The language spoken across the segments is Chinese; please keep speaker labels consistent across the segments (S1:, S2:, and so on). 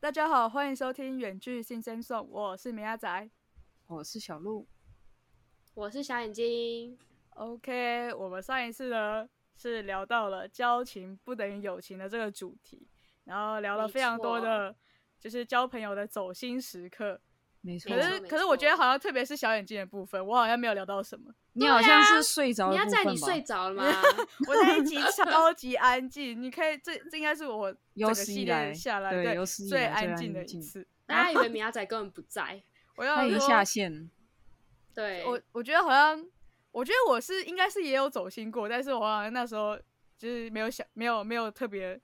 S1: 大家好，欢迎收听《远距新生颂》，我是米亚仔。
S2: 我哦是小鹿，
S3: 我是小眼 睛，
S1: OK，我们上一次呢是聊到了交情不等于友情的这个主题，然后聊了
S3: 没
S1: 非常多
S3: 错
S1: 的就是交朋友的走心时刻。
S2: 没错
S1: 可，是
S3: 没
S1: 可是我觉得
S3: 错
S1: 好像特别是小眼睛的部分，我好像没有聊到什 么。
S2: 你好像
S1: 啊
S2: 是睡着
S3: 你
S2: 的
S3: 要
S2: 部
S3: 在你
S2: 分
S3: 睡
S2: 吧？
S3: 着了 吗？
S1: 我那一集超级安静，你可以这这应该是我整
S2: 有
S1: 个
S2: 史
S1: 系
S2: 以
S1: 列
S2: 来
S1: 下来
S2: 对
S1: 对
S2: 有史以
S1: 最
S2: 来最
S1: 安
S2: 安
S1: 静的一
S2: 静
S1: 次。
S3: 大家以为米亚仔根本不 在，
S1: 我要
S2: 他已经
S1: 说
S2: 下线，
S3: 对，
S1: 我我觉得好像，我觉得我是应该是也有走心过，但是我好像那时候就是没有想，没有没有特别，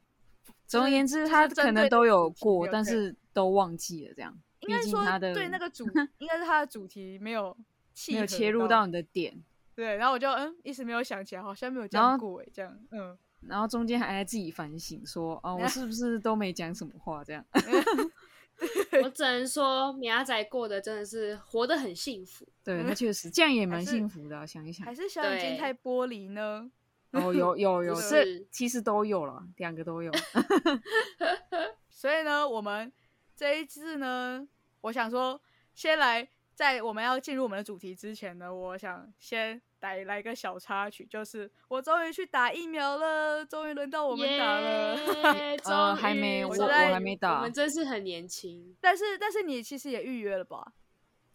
S2: 总而言之，
S1: 就是
S2: 他
S1: 针
S2: 可能
S1: 对
S2: 都有
S1: 主题
S2: 过，
S1: 有
S2: 但
S1: 对
S2: 是都忘记了这样。
S1: 应该
S2: 毕
S1: 是
S2: 竟
S1: 说
S2: 他的
S1: 对那个 主，应该是他的主题没有契
S2: 没有
S1: 合
S2: 切入到你的点，
S1: 对，然后我就嗯一时没有想起来，好像没有这
S2: 然
S1: 样
S2: 后
S1: 过哎，这样嗯，
S2: 然后中间还在自己反省说，哦，我 是不是都没讲什么话这样？
S3: 我只能说米亚仔过得真的是活得很幸福，
S2: 对他确实这样也蛮
S1: 是
S2: 幸福的啊，想一想
S1: 还。是小眼睛
S3: 对
S1: 太玻璃呢？
S2: 哦，有有有，
S3: 不
S2: 这
S3: 是
S2: 其实都有了，两个都有。
S1: 所以呢，我们这一次呢，我想说，先来在我们要进入我们的主题之前呢，我想先来来一个小插曲，就是我终于去打疫苗了，终于轮到我们打了。
S3: 耶终
S2: 呃还没
S3: 于
S2: 我
S1: 我
S3: 终
S1: 还
S3: 于
S2: 没打
S3: 我们真是很年轻，
S1: 但是但是你其实也预约了吧？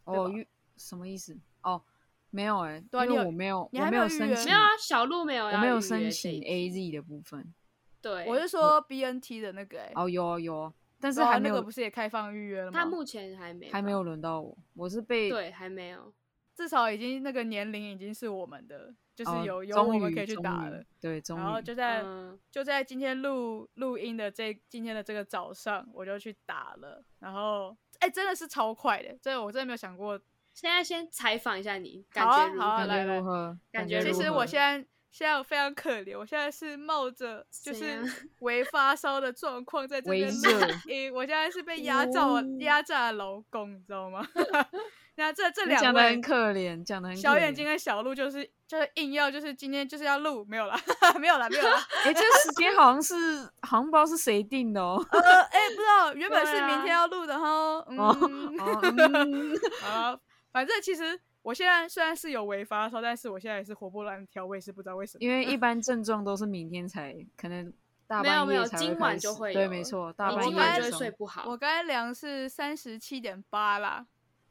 S2: 哦，
S1: 吧
S2: 预什么意思？哦，没有哎，
S1: 对啊
S2: 因
S1: 你
S2: 为
S1: 有
S2: 我没有，
S1: 你
S2: 我
S1: 还没
S2: 有
S1: 有预
S2: 申
S1: 约
S2: 请
S3: 没有，啊，小鹿没有
S2: 我
S3: 要
S2: 没
S3: 预
S2: 有
S3: 约
S2: 申
S3: 这
S2: 请
S3: 一集
S2: A Z 的部分。
S3: 对，
S1: 我是说 B N T 的那个、欸，
S2: 哦，有啊有啊，但
S1: 但
S2: 是还没
S1: 那个
S2: 有
S1: 不是也开放预约了吗？
S3: 他目前还没
S2: 还
S3: 吧，
S2: 没有轮到我，我是被
S3: 对，还没有，
S1: 至少已经那个年龄已经是我们的，就是
S2: 哦
S1: 有、有
S2: 终
S1: 我
S2: 于
S1: 们可以去
S2: 终
S1: 打
S2: 于
S1: 了。
S2: 对，终
S1: 然后
S2: 于
S1: 就在、
S3: 嗯，
S1: 就在今天录录音的这今天的这个早上，我就去打了。然后，哎、真的是超快的，这我真的没有想过。
S3: 现在先采访一下你，感
S1: 好啊
S3: 觉如
S1: 好啊
S3: 何？
S2: 感
S1: 来
S2: 觉
S1: 来
S2: 如何？
S3: 感觉
S1: 其
S2: 如
S1: 实
S2: 何
S1: 我现在现在我非常可怜，我现在是冒着就
S3: 怎
S1: 是
S3: 样
S1: 微发烧的状况在这
S2: 微
S1: 边
S2: 热
S1: 录音，我现在是被压榨我压榨的劳工，你知道吗？ 那这这
S2: 你
S1: 两
S2: 讲的
S1: 位
S2: 很可怜，讲的很可
S1: 小眼睛
S2: 怜。欸
S1: 跟小鹿就是就是硬要就是今天就是要录，没有啦， 没有啦，没有啦。
S2: 哎，这时间好像是好像不知道是谁定的哦。
S1: 呃，哎、不知道，原本
S3: 对
S1: 是明天
S3: 啊
S1: 要录的哈。嗯，
S2: 哦哦嗯
S1: 好，反正其实我现在虽然是有微发烧，但是我现在也是活蹦乱跳，我也是不知道为什么。
S2: 因为一般症状都是明天才，可能大
S3: 没有
S2: 半
S3: 没
S2: 夜
S3: 有
S2: 才
S3: 今
S2: 开
S3: 晚就
S2: 始
S3: 会
S2: 对，
S3: 有
S2: 没
S3: 了
S2: 错，大
S3: 你
S2: 半
S3: 今
S2: 夜
S3: 晚
S1: 的
S3: 就
S2: 的
S3: 会
S2: 时候
S3: 睡不好
S1: 我，刚才量是三十七点八啦，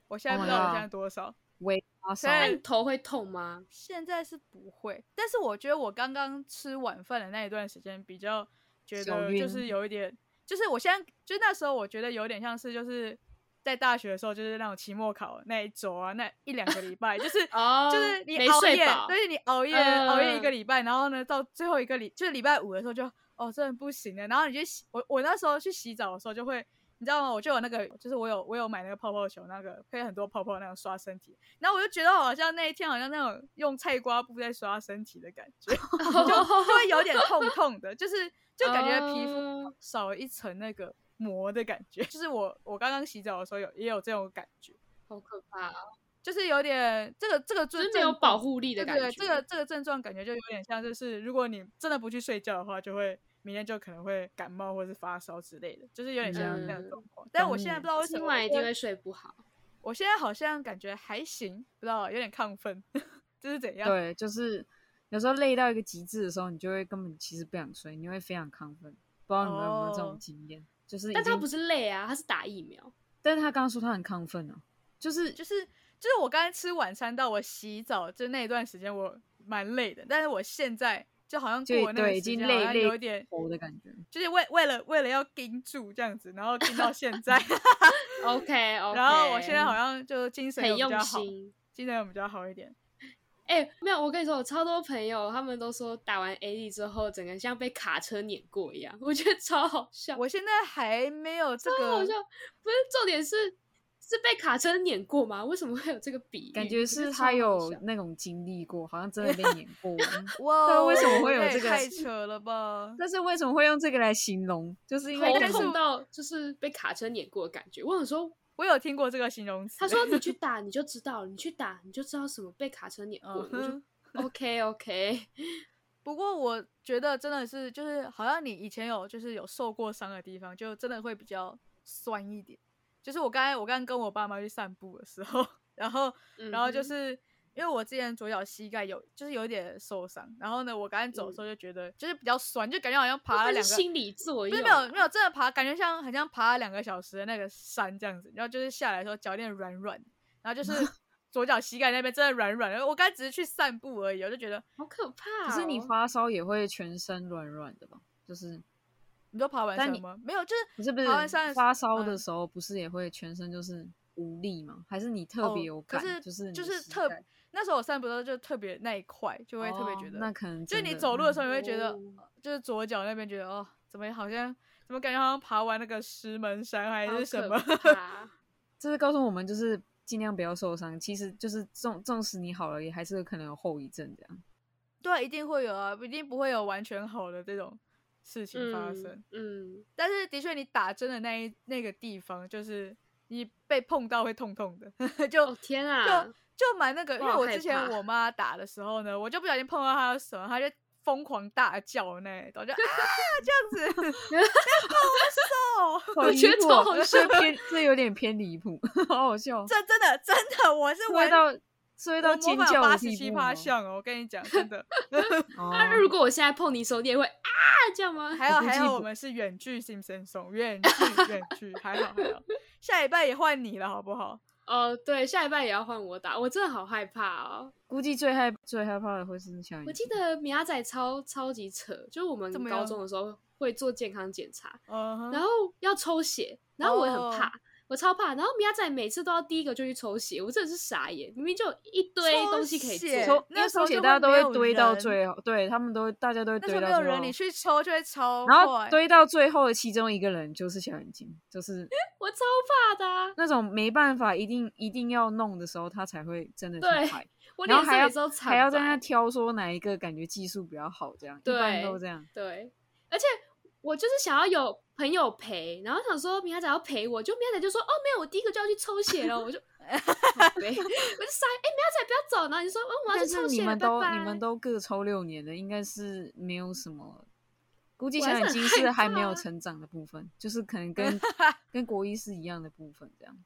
S1: 我现在
S2: Oh
S1: 不
S2: my
S1: 知道我
S2: god
S1: 现在多少。
S2: 微发烧，
S3: 那
S1: 在
S3: 你头会痛吗？
S1: 现在是不会，但是我觉得我刚刚吃晚饭的那一段时间比较觉
S2: 手
S1: 得
S2: 晕
S1: 就是有一点，就是我现在就那时候我觉得有点像是就是在大学的时候就是那种期末考那一周啊那一两个礼拜，就是
S3: 哦，
S1: 就是你
S3: 没
S1: 熬
S3: 睡
S1: 夜，
S3: 饱，
S1: 对，你熬夜、
S3: 嗯
S1: 熬夜一个礼拜，然后呢，到最后一个礼就是礼拜五的时候就哦，真的不行了。然后你就洗我我那时候去洗澡的时候就会，你知道吗？我就有那个，就是我有我有买那个泡泡球，那个可以很多泡泡那种刷身体。然后我就觉得好像那一天好像那种用菜瓜布在刷身体的感觉， 就就会有点痛痛的，就是就感觉皮肤
S3: 哦
S1: 少了一层那个膜的感觉。就是我我刚刚洗澡的时候有也有这种感觉。
S3: 好可怕哦，
S1: 就是有点这个这个
S3: 就是
S1: 真
S3: 没有保护力的
S1: 对
S3: 感觉。
S1: 对，这个这个症状感觉就有点像，就是如果你真的不去睡觉的话，就会明天就可能会感冒或是发烧之类的，就是有点像这样
S3: 嗯
S1: 的状况。但我现在不知道为什
S3: 今
S1: 么，
S3: 晚一定
S1: 我现在
S3: 会睡不好。
S1: 我现在好像感觉还行，不知道有点亢奋， 这是怎样？
S2: 对，就是有时候累到一个极致的时候，你就会根本其实不想睡，你会非常亢奋。不知道你们有没有这
S1: 哦
S2: 种经验？就是，
S3: 但他不，是累啊，他是打疫 苗。
S2: 但是他刚刚说他很亢奋啊，就是
S1: 就是就是我刚才吃晚餐到我洗澡，就那一段时间我蛮累的，但是我现在就好像
S2: 就
S1: 过了那个
S2: 对，
S1: 时
S2: 已经
S1: 间好
S2: 累
S1: 像
S2: 累
S1: 有一点。
S2: 头的感觉。
S1: 就是为为了为了要盯住这样子，然后盯到现 在，
S3: OK OK。
S1: 然后我现 在好像就精神有
S3: 很
S1: 比较
S3: 用
S1: 好，
S3: 心。
S1: 精神有比较好一点。
S3: 哎、没有，我跟你说，我超多朋友，他们都说打完 AD 之后，整个像被卡车碾过一样，我觉得超好笑。
S1: 我现在还没有这
S3: 超好
S1: 个
S3: 笑，不是重点是是被卡车碾过吗？为什么会有这个比喻？
S2: 感觉
S3: 我
S2: 是
S3: 得
S2: 他
S3: 超好
S2: 有
S3: 笑
S2: 那种经历过，好像真的被 碾过。
S1: 哇，
S2: 为什么会有
S1: 也
S2: 这个
S1: 太扯了吧！
S2: 但是为什么会用这个来形容？就是因为
S3: 头
S2: 感
S1: 但是
S2: 觉
S3: 痛到就是被卡车碾过的感觉。我想说，
S1: 我有听过这个形容词。
S3: 他说你去打你就知道，你去打你就知道什么被卡车碾过。
S1: 嗯
S3: 我就
S1: 哼，
S3: OK OK，
S1: 不过我觉得真的是，就是好像你以前有就是有受过伤的地方，就真的会比较酸一点。就是我刚才我刚刚跟我爸妈去散步的时候， 然后然后就
S3: 嗯哼
S1: 是因为我之前左脚膝盖有就是有一点受伤，然后呢，我刚才走的
S3: 嗯
S1: 时候就觉得就是比较酸，就感觉好像
S3: 会
S1: 爬
S3: 不
S1: 了
S3: 会
S1: 两
S3: 是
S1: 个。
S3: 心理作
S1: 不
S3: 用
S1: 是
S3: 啊，
S1: 没有没有，真的爬，感觉像很像爬了两个小时的那个山这样子，然后就是下来的时候脚有点软软的，然 后就是左脚膝盖那边真的软软的。我刚才只是去散步而已，我就觉得
S3: 好可怕、哦。
S2: 可是你发烧也会全身软软的吧？就是
S1: 你都爬完
S2: 但
S1: 山
S2: 你
S1: 吗？啊没有，就是
S2: 不是不是
S1: 爬完山的时
S2: 发烧
S1: 嗯
S2: 的时候，不是也会全身就是无力吗？还是你特别
S1: 哦
S2: 有
S1: 可
S2: 感？
S1: 是
S2: 就是你
S1: 就
S2: 的
S1: 是
S2: 膝
S1: 特
S2: 盖
S1: 那时候我散步的时候就特别那一块，就会特别
S2: 哦
S1: 觉得，
S2: 那可能
S1: 就
S2: 真
S1: 你走路的时候
S2: 嗯
S1: 你会觉得，
S3: 哦
S1: 就是左脚那边觉得哦，怎么好像怎么感觉好像爬完那个石门山还
S3: 好
S1: 是什
S3: 可
S1: 么？
S3: 怕
S2: 这是告诉我们就是尽量不要受伤。其实就是纵纵使你好了，也还是有可能有后遗症这样。
S1: 对啊，一定会有啊，一定不会有完全好的这种事情发生。
S3: 嗯嗯，
S1: 但是的确，你打针的那一那个地方，就是你被碰到会痛痛的， 就、
S3: 哦天啊
S1: 就，就蛮那个。因
S3: 哇
S1: 为
S3: 好
S1: 我
S3: 害
S1: 之前
S3: 怕
S1: 我妈打的时候呢，我就不小心碰到她的手，她就疯狂大叫那一种， 就啊这样子，不要碰我手。
S2: 好
S3: 我
S2: 离
S3: 觉得
S2: 谱
S3: 超
S2: 哦
S3: 好
S2: 这偏这有点偏离谱， 好好笑哦。
S1: 这真的真的，我是
S2: 是
S1: 完
S2: 会到是会到
S1: 我模
S2: 尖
S1: 仿
S2: 叫
S1: 八
S2: 的
S1: 十
S2: 地
S1: 七
S2: 步
S1: 趴
S2: 吗？
S1: 像哦，我跟你讲，真的。
S2: 哦
S3: 那、啊如果我现在碰你手，你也会啊这样吗？
S1: 还有
S2: 不
S1: 还
S2: 记
S1: 有，
S2: 不
S1: 我们是远距新生送， 远距远距，还好还好。下礼拜也换你了，好不好？
S3: 哦，对，下一半也要换我打，我真的好害怕哦。
S2: 估计最害最害怕的会是小眼睛。
S3: 我记得米亚仔超超级扯，就是我们
S1: 怎么样
S3: 高中的时候会做健康检查，
S1: 嗯
S3: 然
S1: 哼，
S3: 后要抽血，然后我也很怕。
S1: 哦
S3: 我超怕，然后米亚仔每次都要第一个就去抽血，我真的是傻眼，明明就有一堆
S1: 抽
S3: 东西可以做，
S1: 血
S2: 抽，
S1: 那
S2: 因为
S1: 时候
S2: 抽
S1: 就
S2: 血
S1: 会
S2: 大家都
S1: 没
S2: 会
S1: 有
S2: 堆到
S1: 人
S2: 最后，对他们都会大家都会
S1: 那时
S2: 堆
S1: 候
S2: 到
S1: 没
S2: 最后。
S1: 有人，你去哎抽就会超
S2: 然后
S1: 快。
S2: 堆到最后的其中一个人就是小眼睛，就是
S3: 我超怕的、啊。
S2: 那种没办法，一定一定要弄的时候，他才会真的
S3: 对
S2: 去拍，
S3: 我
S2: 然
S3: 脸
S2: 后还
S3: 色
S2: 要
S3: 也都惨
S2: 还要在
S3: 白
S2: 那挑说哪一个感觉技术比较好，这样一
S3: 对
S2: 般都这样。
S3: 对，而且我就是想要有朋友陪，然后想说明仔仔要陪我，就明仔仔就说哦没有，我第一个就要去抽血了，我 就好悲，我就傻眼，哎、明仔仔不要走，然后你说哦我要
S2: 但
S3: 去抽
S2: 是你
S3: 血了，
S2: 们
S3: 拜
S2: 都
S3: 拜。
S2: 你们都各抽六年了，应该是没有什么。估计
S3: 我
S2: 小
S3: 还是
S2: 眼
S3: 很
S2: 睛
S3: 害
S2: 是还没
S1: 啊
S3: 怕
S2: 有成长的部分，就是 可能跟跟国一是一样的部分这样。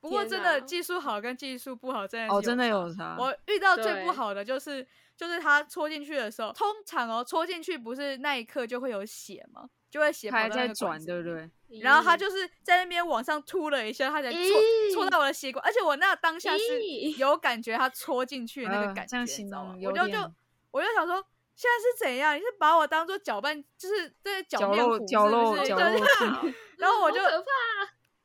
S1: 不过
S3: 天
S1: 真的
S3: 哪
S1: 技术好跟技术不好真的
S2: 哦，
S1: 是
S2: 真的
S1: 差
S2: 有差。
S1: 我遇到最不
S3: 对
S1: 好的就是，就是他戳进去的时候，通常哦，戳进去不是那一刻就会有血吗？就会血
S2: 它
S1: 跑
S2: 还
S1: 到那
S2: 在
S1: 个
S2: 转
S1: 管，子
S2: 对不
S1: 里面？
S2: 对？
S1: 然后他
S3: 咦
S1: 就是在那边往上突了一下，他才戳
S3: 咦
S1: 戳到我的血管，而且我那当下是
S3: 咦
S1: 有感觉他戳进去的那个
S2: 呃
S1: 感
S2: 这
S1: 觉，
S2: 样
S1: 你
S2: 形
S1: 知道吗
S2: 容？
S1: 我
S2: 有
S1: 就
S2: 点
S1: 就我就想说。现在是怎样？你是把我当做搅拌，就是在搅
S2: 角
S1: 面
S2: 落
S1: 糊
S2: 角
S1: 是不
S2: 落
S1: 是
S2: 角
S1: 对
S2: 落
S1: 对
S2: 器，
S1: 然后我就
S3: 好可怕
S1: 然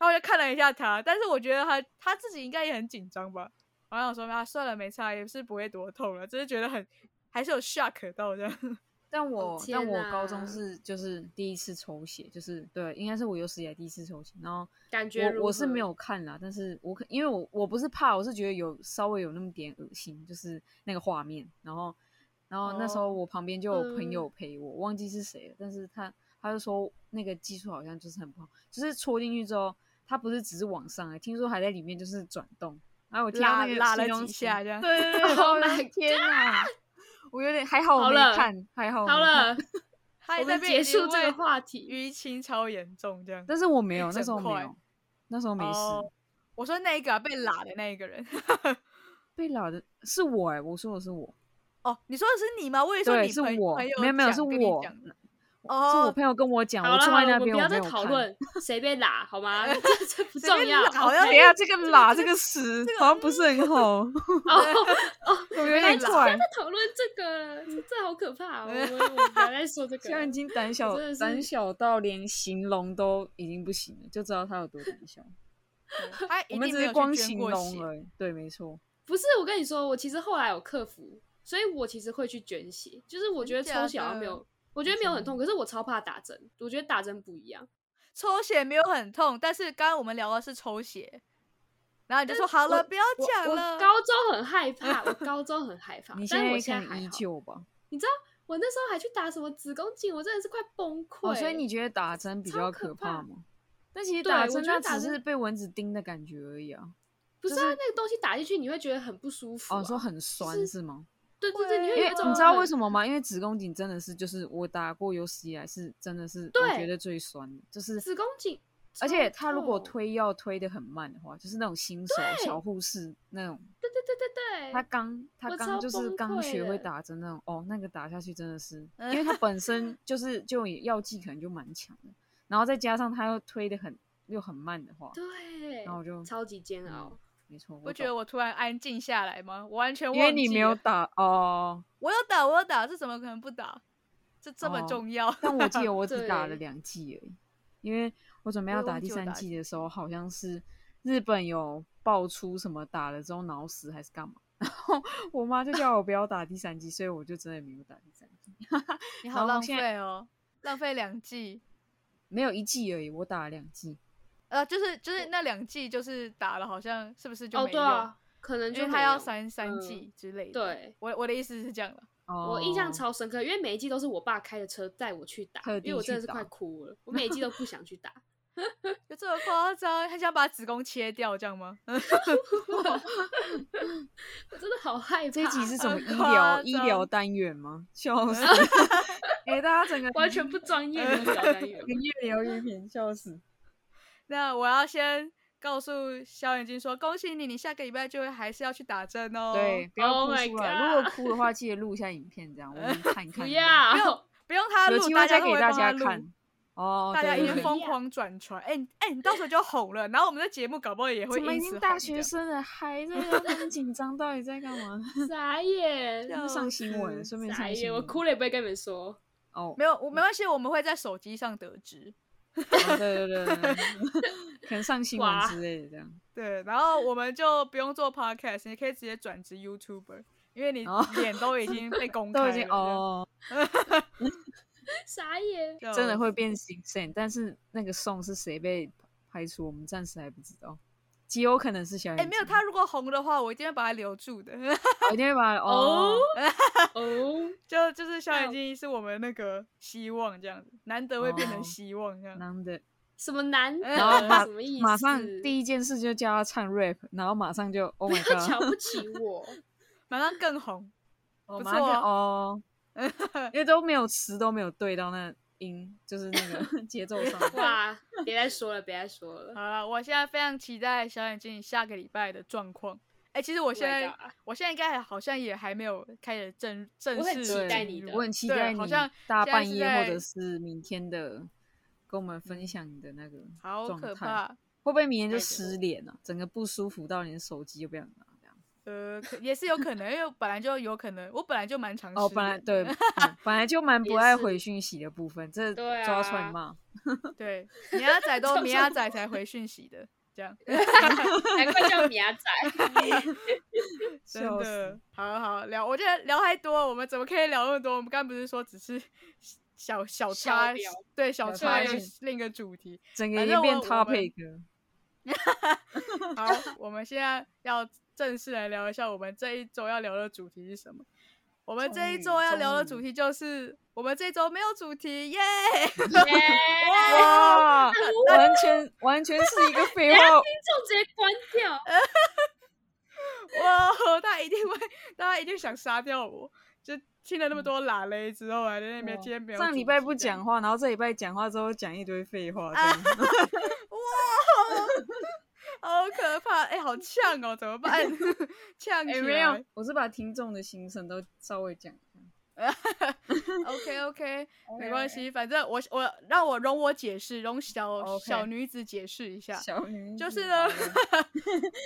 S1: 后我就看了一下他，但是我觉得他他自己应该也很紧张吧。然后我说啊，算了，没差，也是不会多痛了，只是觉得很还是有 shock 到这样。 哦
S2: 但我、但
S3: 天
S2: 我高中
S3: 哪
S2: 是就是第一次抽血，就是对，应该是我有史以来第一次抽血。然后
S3: 感觉
S2: 我
S3: 如
S2: 我是
S3: 何
S2: 没有看啦，但是我可因为我我不是怕，我是觉得有稍微有那么点恶心，就是那个画面。然后然后那时候
S1: 哦
S2: 我旁边就有朋
S3: 嗯
S2: 友陪我，忘记是谁了，但是他他就说那个技术好像就是很不好，就是戳进去之后，它不是只是往上、欸，听说还在里面就是转动。然后我听到
S1: 拉
S2: 那个
S1: 拉了
S2: 形容
S1: 几
S2: 词
S1: 下这样
S2: 对对对，然后
S3: Oh
S2: 我就
S3: my
S2: 天哪！我有点还好，我
S3: 好
S2: 没
S3: 了
S2: 看，还好我
S3: 好
S2: 没看
S3: 了，
S1: 他
S3: 我
S1: 在
S3: 们
S1: 被
S3: 结束这个话题。
S1: 淤青超严重这样。
S2: 但是我没有，那
S1: 整
S2: 时候没
S1: 块
S2: 有，那时候没事。
S1: 哦我说那一个、啊、被拉的那一个人，
S2: 被老的是我哎、我说的是我，
S1: 哦，你说的是你吗？我也说
S2: 对，
S1: 你
S2: 是
S1: 朋
S2: 我
S1: 朋友，
S2: 没有没有，
S1: 讲
S2: 是
S1: 跟你
S2: 我，
S1: 讲的
S2: 是我
S1: 哦，
S2: 朋友跟我讲，
S3: 好
S2: 我
S3: 了
S2: 坐
S3: 好
S2: 在
S3: 了，
S2: 那
S3: 我们
S2: 边
S3: 不要
S2: 没
S3: 再
S2: 有
S3: 讨
S2: 看。
S3: 论哎谁被打好吗？这这不
S1: 随
S3: 重
S1: 便
S3: 要。
S1: 拉好像
S2: 等一下这个“喇”这个词好像不是很好，
S3: 哦，
S2: 有
S3: 原来
S2: 点
S3: 就是不要
S2: 怪
S3: 再。讨论这个 了，这这好可怕、哦！我我我不要再说这个
S2: 现在
S3: 了
S2: 已。经胆小
S3: 真的，是
S2: 胆小到连形容都已经不行了，就知道他有多胆小。
S1: 对他
S2: 我
S1: 一
S2: 们
S1: 定
S2: 只
S1: 没
S2: 是
S1: 有
S2: 光
S1: 去捐
S2: 形
S1: 过
S2: 容
S1: 血。
S2: 而已。对，没错。
S3: 不是，我跟你说，我其实后来有克服，所以我其实会去捐血。就是我觉得
S1: 真假
S3: 抽血好像没
S1: 的
S3: 有，我觉得没有很痛，可是我超怕打针，我觉得打针不一样。
S1: 抽血没有很痛，但是刚刚我们聊的是抽血，然后你就说好了，
S2: 我
S1: 不要
S3: 我
S1: 讲
S3: 我
S1: 了。
S3: 高中很害 怕，我高中很害怕，
S2: 你
S3: 但是我
S2: 现
S3: 现
S2: 在
S3: 在还
S2: 看依
S3: 好。
S2: 旧吧？
S3: 你知道我那时候还去打什么子宫颈，我真的是快崩溃。
S2: 哦，所以你觉得打针比
S3: 超
S2: 较
S3: 可
S2: 可怕
S3: 怕
S2: 吗？但其实
S3: 对
S2: 打
S3: 我
S2: 针
S3: 觉得
S2: 那
S3: 打
S2: 只
S3: 针
S2: 是被蚊子叮的感觉而已啊。
S3: 不是、啊那个东西打进去，你会觉得很不舒服、啊。
S2: 哦，你说很酸是吗？
S3: 对对对，你会
S2: 因
S3: 有
S2: 为
S3: 一种
S2: 你知道为
S3: 很
S2: 什么吗？因为子宫颈真的是，就是我打过有史以来是真的是我
S3: 对
S2: 觉得最酸的，就是
S3: 子宫颈
S2: 而且他如果
S3: 痛
S2: 推药推的很慢的话，就是那种新手小护士那种，
S3: 对对对对对，
S2: 他刚他
S3: 我
S2: 刚
S3: 超
S2: 就是
S3: 崩
S2: 刚
S3: 溃
S2: 学会
S3: 的嗯
S2: 打针那种，哦，那个打下去真的是，因 为他本身就是就药剂可能就蛮强的，然后再加上他又推的很又很慢的话，
S3: 对，
S2: 然后我就
S3: 超级煎
S2: 嗯
S3: 熬。
S2: 没错，
S1: 不
S2: 我
S1: 觉得
S2: 懂
S1: 我突然安静下来吗？我完全忘
S2: 因
S1: 记
S2: 为你没有
S1: 了
S2: 打哦，
S1: 我有打，我有打，这怎么可能不打？这这么
S2: 哦
S1: 重要？
S2: 但 我记得我只打了
S3: 对
S2: 两季而已，因为我准备要
S1: 我也
S2: 打
S1: 忘
S2: 第
S1: 记我
S2: 三
S1: 打
S2: 季
S1: 几
S2: 的时候，好像是日本有爆出什么打了之后脑死还是干嘛，然 后我妈就叫我不要打第三季，所以我就真的没有打第三季，
S1: 你
S2: 然
S1: 好
S2: 后
S1: 浪
S2: 现
S1: 费哦，浪费两季。
S2: 没有一季而已，我打了两季。
S1: 呃，就是就是那两季就是打了，好像是不是就
S3: 哦，
S1: 没
S3: 对
S1: 用？
S3: 啊，可能
S1: 因
S3: 就
S1: 为
S3: 没
S1: 他要
S3: 有
S1: 三三
S3: 嗯
S1: 季之类的。，
S3: 对。
S1: 我我的意思是这样的。
S2: 哦
S3: 我印象超深刻，因为每一季都是我爸开着车带我去打
S2: 特，
S3: 因
S2: 地
S3: 为我真的
S2: 去
S3: 是快
S2: 打
S3: 哭了，我每一季都不想去打。
S1: 有这么夸张？他想把子宫切掉这样吗？
S3: 我真的好害怕。
S2: 这一集是什么
S1: 很
S2: 医
S1: 夸
S2: 疗医
S1: 张
S2: 疗单元吗？笑死！哎、大家整个
S3: 完全不专 业的小单元
S2: 整个越聊越偏，笑死！
S1: 那我要先告诉小眼睛说，恭喜你，你下个礼拜就会还是要去打针哦。
S2: 对，，不要
S3: Oh
S2: 哭
S3: my
S2: 出来。如果
S3: god
S2: 哭的话，记得录一下影片，这样我们看一 看。
S3: 不要，
S1: 不用他
S2: 有
S1: 录，
S2: 机
S1: 大
S2: 会
S1: 家
S2: 再
S1: 都
S2: 给
S1: 会帮
S2: 大
S1: 他
S2: 家
S1: 录。
S2: 看。哦，
S1: 大家
S2: 对
S1: 已
S2: 对
S1: 经
S2: 对
S1: 疯狂转传，哎你哎，你到时候就红了，然后我们的节目搞不好也会
S2: 怎么已
S1: 因此
S2: 经
S1: 红
S2: 大
S1: 这
S2: 学
S1: 样
S2: 生了，还在那边紧张？到底在干 嘛？
S3: 傻眼，
S1: 笑
S2: 上新闻了，
S1: 死
S2: 顺便
S3: 傻
S2: 上新
S3: 眼，
S2: 闻。
S3: 我哭了也不会跟你们说。
S2: 哦，
S1: 没有，我没关系，我们会在手机上得知。
S2: 哦对对对对，对可能上新闻
S3: 哇
S2: 之类的这样。
S1: 对，然后我们就不用做 podcast，你可以直接转职 YouTuber，因为你
S2: 哦
S1: 脸都已经被公开
S2: 都
S1: 了，
S2: 已经哦，
S3: 傻 眼，
S1: 这样，
S2: 真的会变形象，但是那个送是谁被排除，我们暂时还不知道，极有可能是小
S1: 哎、
S2: 眼睛。
S1: 没有他，如果红的话，我一定会把他留住的。
S2: 我一定会把哦
S3: 哦，哦，
S1: 就就是小
S3: 那
S1: 眼睛是我们那个希望这样子，难得会变成
S2: 哦
S1: 希望这样。
S2: 难的。
S3: 什么 难得，
S1: 然
S2: 后马
S3: 什么意思？
S2: 马上第一件事就叫他唱 rap，然后马上就 Oh
S3: 不
S2: my
S3: 要
S2: god，
S3: 瞧不起我，
S1: 马上更红，
S2: 哦
S1: 不
S2: 马上就
S1: 错
S2: 哦，因为都没有词都没有对到那音，就是那 个节奏上。
S3: 哇！别再说了，别再说
S1: 好
S3: 了。
S1: 了，我现在非常期待小眼睛下个礼拜的状况。哎、其实我
S3: Oh my
S1: 现在
S3: god
S1: 我现在应该好像也还没有开始正正
S3: 我很
S1: 式
S3: 期
S1: 进
S3: 待你
S1: 入
S3: 的
S2: 我很期
S1: 对
S2: 待你
S1: 好像现
S2: 大
S1: 在
S2: 半
S1: 是
S2: 夜或
S1: 在嗯
S2: 者是明天的跟我们分享你的那个
S1: 好
S2: 状
S1: 可
S2: 态，
S1: 怕。
S2: 会不会明天就
S3: 太久
S2: 失联了、整个不舒服到连手机都不想拿这样。
S1: 呃，可也是有可能，因为我本来就有可能，我本来就蛮常
S2: 哦，
S1: 失
S2: 本来
S1: 联
S2: 对、嗯本来就蛮 不
S3: 也
S2: 爱
S3: 是
S2: 回讯息的部分，这
S3: 对
S2: 抓出来
S3: 啊
S2: 骂。
S1: 对，米亚 仔都
S3: 这
S1: 米亚
S3: 种
S1: 仔才回讯息的，这样
S3: 难怪叫米 亚仔，
S1: 真
S2: 笑
S1: 的
S2: 死。
S1: 好好聊，我觉得聊太多，我们怎么可以聊那么多？我们刚刚不是说只是小
S3: 小
S1: 小插
S3: 聊
S1: 对小插
S2: 小插
S1: 一个
S2: 曲
S1: 另一个主题。
S2: 整个
S1: 反
S2: 已
S1: 正
S2: 经变
S1: 我我们
S2: topic 了。
S1: 好，我们现在要正式来聊一下我们这一周要聊的主题是什么。我们这一周要聊的主题就是，我们这一周没有主题，耶！
S3: 耶
S2: 哇，完全完全是一个废话。
S3: 就直接关掉。
S1: 呃哇，他一定会，大家一定想杀掉我。就听了那么多拉雷之后，还在那边今天没有
S2: 嗯上
S1: 主
S2: 礼拜
S1: 题
S2: 不
S1: 这样
S2: 讲话，然后这哎礼拜讲话之后讲一堆废话，这
S1: 啊
S2: 样
S1: 好可怕！哎、好呛哦，怎么办？ 呛起来。
S2: 哎没有，我是把听众的心声都稍微讲一下。
S1: OK OK，没
S2: 哎
S1: 关系，反正我我让我容我解释，容小
S2: OK
S1: 小女子解释一下。
S2: 啊小女
S1: 就
S2: 子
S1: 是呢
S2: 好了，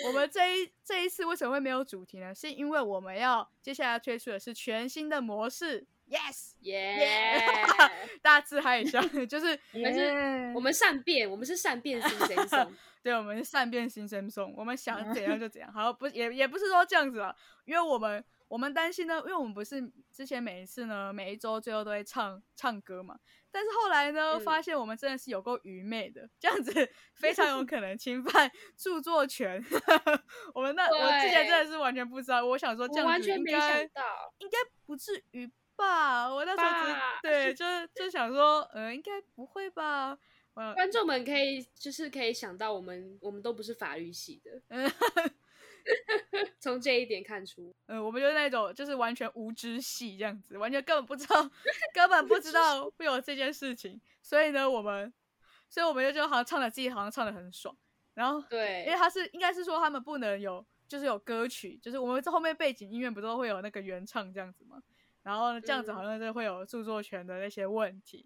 S1: 我们这一这一次为什么会没有主题呢？是因为我们要接下来推出的是全新的模式。Yes，
S3: 耶！
S1: 大家自嗨一下， 就是
S3: 但是
S2: 耶
S3: 我们善变，我们是善变型神送。
S1: 对我们是善变新生送，我们
S3: 嗯
S1: 想怎样就怎样。好，不也也不是说这样子了，因为我们我们担心呢，因为我们不是之前每一次呢，每一周最后都会唱唱歌嘛，但是后来呢，
S3: 嗯
S1: 发现我们真的是有够愚昧的，这样子非常有可能侵 犯著作权。 我们那我之前真的是完全不知道，我想说这
S3: 我
S1: 样
S3: 完
S1: 子
S3: 全
S1: 应
S3: 没
S1: 该
S3: 想到，
S1: 应该不至于吧？我那时候只是
S3: 吧
S1: 对，就是就想说，呃，应该不会吧？呃，
S3: 观众们可以就是可以想到，我们我们都不是法律系的，从这一点看出，
S1: 呃，我们就是那种就是完全无知系这样子，完全根本不知道，根本不知道会有这件事情。所以呢，我们所以我们就觉得好像唱的自己好像唱的很爽。然后因为
S3: 对，
S1: 他是应该是说他们不能有，就是有歌曲，就是我们这后面背景音乐不都会有那个原唱这样子嘛，然后呢这样
S2: 嗯
S1: 子好像就会有著作权的那些问题。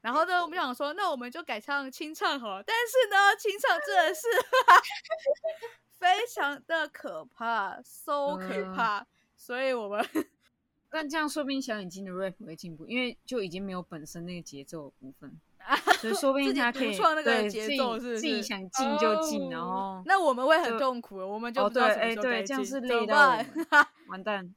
S1: 然后呢，我们就想说，那我们就改唱清唱好了。但是呢，清唱真的是 非常的可怕，so
S2: 嗯
S1: 可怕。所以我们
S2: 但这样说不定小眼睛的 rap 会进步，因为就已经没有本身那个节奏的部 分，所以说不定
S1: 自己
S2: 他可
S1: 独
S2: 以
S1: 创那个
S2: 对
S1: 节
S2: 自己
S1: 奏是不
S2: 自己
S1: 是
S2: 想进就进，
S3: 哦
S2: 然后
S1: 那我们会很
S2: 就
S1: 痛苦，我们就
S2: 哦
S1: 不知道
S2: 对
S1: 什么
S2: 哎
S1: 时候
S2: 对
S1: 该
S2: 这样
S1: 进
S2: 是
S1: 怎么
S2: 累到我
S1: 办
S2: 完蛋。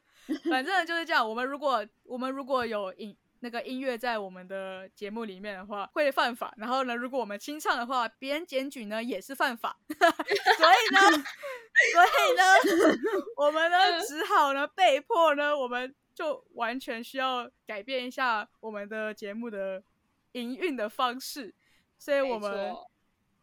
S1: 反正就是这样。我们如果我们如果有音那个音乐在我们的节目里面的话，会犯法。然后呢，如果我们清唱的话，别人检举呢也是犯法。 所以呢，所以呢，我们呢
S3: 嗯
S1: 只好呢被迫呢，我们就完全需要改变一下我们的节目的营运的方式。所以我
S3: 没
S1: 们
S3: 错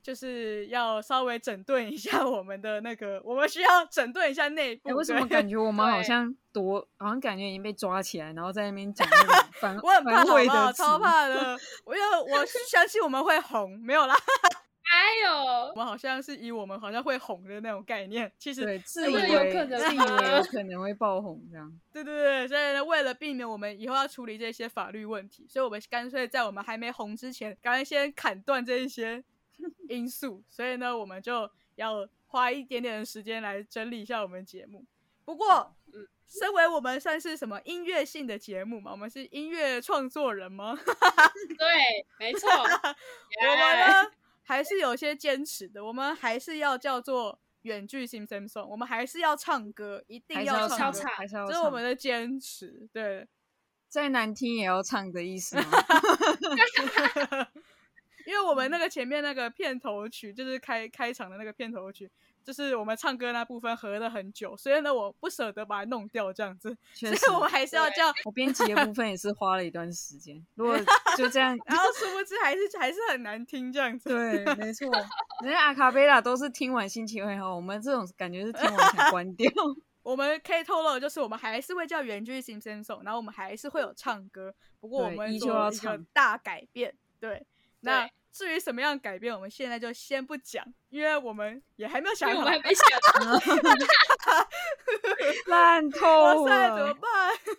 S1: 就是要稍微整顿一下我们的那个，我们需要整顿一下内部。
S2: 哎，为什么
S1: 对
S2: 感觉 我们好
S3: 对
S2: 像多，好像感觉已经被抓起来，然后在那边讲那种反
S1: 我很怕，
S2: 反
S1: 好
S2: 悔
S1: 不好？
S2: 的
S1: 超
S2: 词
S1: 怕的。我因为我相信我们会红，没有啦，
S3: 还有
S1: 我们好像是以我们好像会红的那种概念，其实
S2: 对，自以
S3: 真的
S2: 为
S3: 有可能
S2: 自以
S3: 吧
S2: 为有可能会爆红这样。
S1: 对对对，所以呢，为了避免我们以后要处理这些法律问题，所以我们干脆在我们还没红之前，赶快先砍断这一 些因素。所以呢，我们就要花一点点的时间来整理一下我们节目。不过，
S3: 嗯
S1: 身为我们算是什么音乐性的节目嘛，我们是音乐创作人吗？
S3: 对，没错，
S1: 我们
S2: 哎
S3: 耶
S1: 呢还是有些坚持的，我们还是要叫做远距 Sim Sim Song，我们还是要唱歌，一定
S2: 还是要
S3: 唱
S1: 唱歌，
S3: 歌
S2: 还是要
S1: 这是
S2: 唱
S1: 我们的坚持。对，
S2: 再难听也要唱的意思吗？
S1: 啊因为我
S2: 嗯
S1: 们那个前面那个片头曲，就是开开场的那个片头曲，就是我们唱歌那部分合了很久，所以呢，我不舍得把它弄掉，这样子，所
S2: 确
S1: 以
S2: 实，
S1: 我们还是要
S3: 对
S1: 叫。
S2: 我编辑的部分也是花了一段时间。如果就这样，
S1: 然后殊不知还是还是很难听这样子。
S2: 对，没错，人家阿卡贝拉都是听完心情会好，我们这种感觉是听完想关掉。
S1: 我们可以透露，就是我们还是会叫原剧 s i m s o n song，然后我们还是会有唱歌，不过我
S2: 对
S1: 们
S2: 依旧
S1: 做
S2: 要
S1: 一个
S2: 唱
S1: 大改变。对，那至于什么样改变，我们现在就先不讲，因为我们也还没有
S3: 因
S1: 想
S3: 为我
S1: 好
S3: 们。还没想到，
S2: 烂透
S1: 哇塞，怎么
S2: 了！
S1: 办？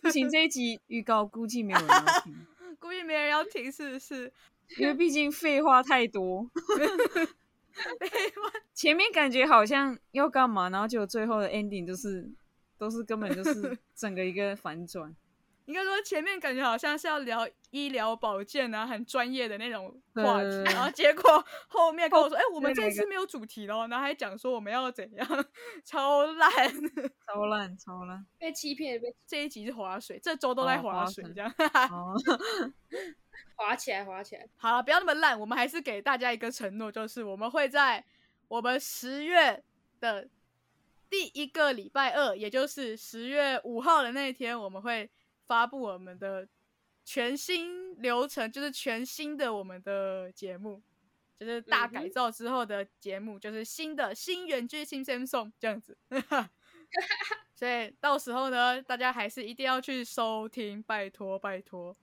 S2: 不行，这一集预告估计没有人要听，
S1: 估计没人要听，是不是？
S2: 因为毕竟废话太多。 前面感觉好像要干嘛，然后结果最后的 ending 就是都是根本就是整个一个反转。
S1: 应该说前面感觉好像是要聊医疗保健啊，很专业的那种话题，
S2: 对
S1: 然后结果后面跟我说，哎、我们
S2: 对
S1: 这
S2: 那
S1: 次没有主题了，然后还讲说我们要怎 样，超烂。
S2: 超烂，超烂！
S3: 被欺骗，被
S1: 这一集是划水，这周都在
S2: 哦
S1: 划
S2: 划
S1: 水，
S2: 水
S1: 这样。
S2: 哦，
S3: 划起来，划起来，
S1: 好了，不要那么烂，我们还是给大家一个承诺，就是我们会在我们十月的第一个礼拜二，也就是十月五号的那一天，我们会发布我们的全新流程，就是全新的我们的节目。就是大改
S3: 嗯哼
S1: 造之后的节目，就是新的新原剧新 Samsung 这样子， 所以到时候呢，大家还是一定要去收听，拜托拜托。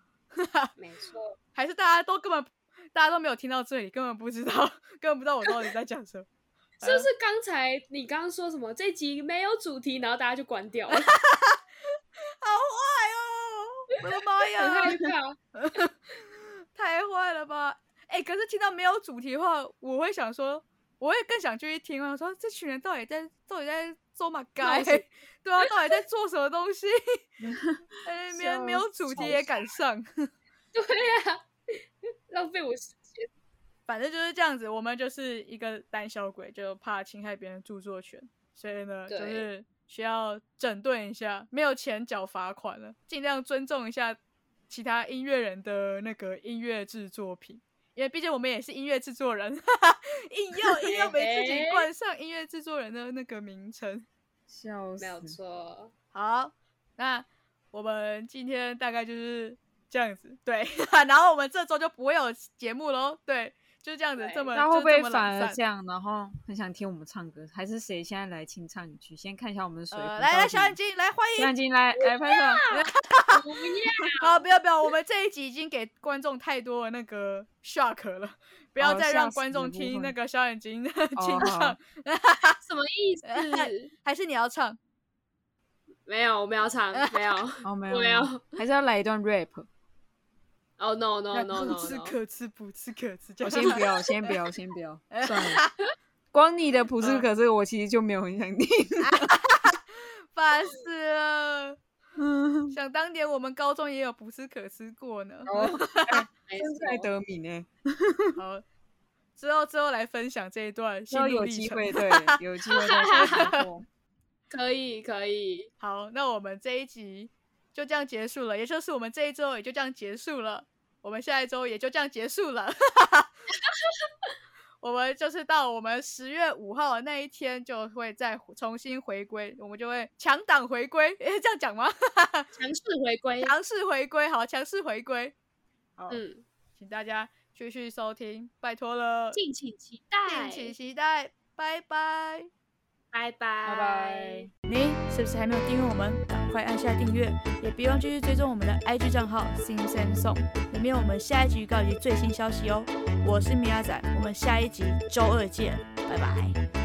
S3: 没错，
S1: 还是大家都根本大家都没有听到这里，根本不知道，根本不知道我到底在讲什 么。哎
S3: 是不是刚才你刚刚说什么这集没有主题，然后大家就关掉 了，
S1: 好坏哦！我的妈
S3: 很害
S1: 呀，
S3: 怕。
S1: 太坏了吧！哎、可是听到没有主题的话，我会想说，我会更想继续听。我想啊说，这群人到底在到底在做嘛该？
S3: 闹什么
S1: 对啊，到底在做什么东西？ 哎、没有没有
S2: 笑
S1: 主题
S2: 死
S1: 也敢上。
S3: 对呀、浪费我时间。
S1: 反正就是这样子，我们就是一个胆小鬼，就怕侵害别人著作权，所以呢，就
S3: 对
S1: 是需要整顿一下，没有钱缴罚款了，尽量尊重一下其他音乐人的那个音乐制作品，因为毕竟我们也是音乐制作人，哈哈，硬要硬要给自己冠上音乐制作人的那个名称。
S2: 笑死！
S3: 没有 错，
S1: 好，那我们今 天大概就是这样子，对，然后我们这周就不会有节目喽，对，就这样子
S3: 对
S1: 这么，
S2: 那会
S1: 就
S2: 不会
S1: 这么
S2: 反
S1: 懒
S2: 而
S1: 散
S2: 这样？然后很想听我们唱歌，还是谁现在来清唱一句？先看一下我们的水壶。
S1: 呃，来来，小眼
S2: 眼，
S1: 睛，来欢
S2: 小
S1: 迎。
S2: 眼睛来来拍手。
S3: 不要
S1: 好，不要不要，我们这一集已经给观众太多的那个 shock 了，不要
S2: 哦
S1: 再
S2: 吓
S1: 让
S2: 死
S1: 观
S2: 了
S1: 众
S2: 不
S1: 听
S2: 会
S1: 那个小眼睛的
S2: 哦
S1: 清
S2: 好
S1: 唱，
S3: 什么意思？
S1: 还是你要唱？
S3: 没有，我没有唱，没 有。
S2: 哦，没有
S3: 我
S2: 没有，还是要来一段 rap。
S3: 哦、no no
S1: 那
S3: no no
S1: 不吃
S3: no，
S1: 可吃，不吃可吃，这
S2: 我
S1: 样
S2: 先不要，先不要，先不要，算了。光你的普斯可是我其实就没有很想听。
S1: 烦死了。
S2: 嗯，
S1: 想当年我们高中也有不吃可吃过呢。
S3: 没
S2: 现在
S3: 错
S2: 得名呢，
S1: 好，之后之后来分享这一段心
S2: 要
S1: 路
S2: 有
S1: 历
S2: 机
S1: 程。
S2: 会，对，有机会再说过。
S3: 可以可以，
S1: 好，那我们这一集就这样结束了，也就是我们这一周也就这样结束了，我们下一周也就这样结束了。 我们就是到我们十月五号的那一天，就会再重新回归，我们就会强档回归， 诶，这样讲吗？
S3: 强势回归，
S1: 强势回归，好，强势回归，好，
S3: 嗯，
S1: 请大家继续收听，拜托了，
S3: 敬请期
S1: 敬
S3: 待，
S1: 请期待，拜拜。
S3: 拜拜拜
S2: 拜拜。
S1: 你是不是还没有订阅我们？赶快按下订阅，也别忘继续追踪我们的 IG 账号 Sing Sam Song，里面有我们下一集预告以及最新消息哦。我是米亚仔，我们下一集周二见，拜拜。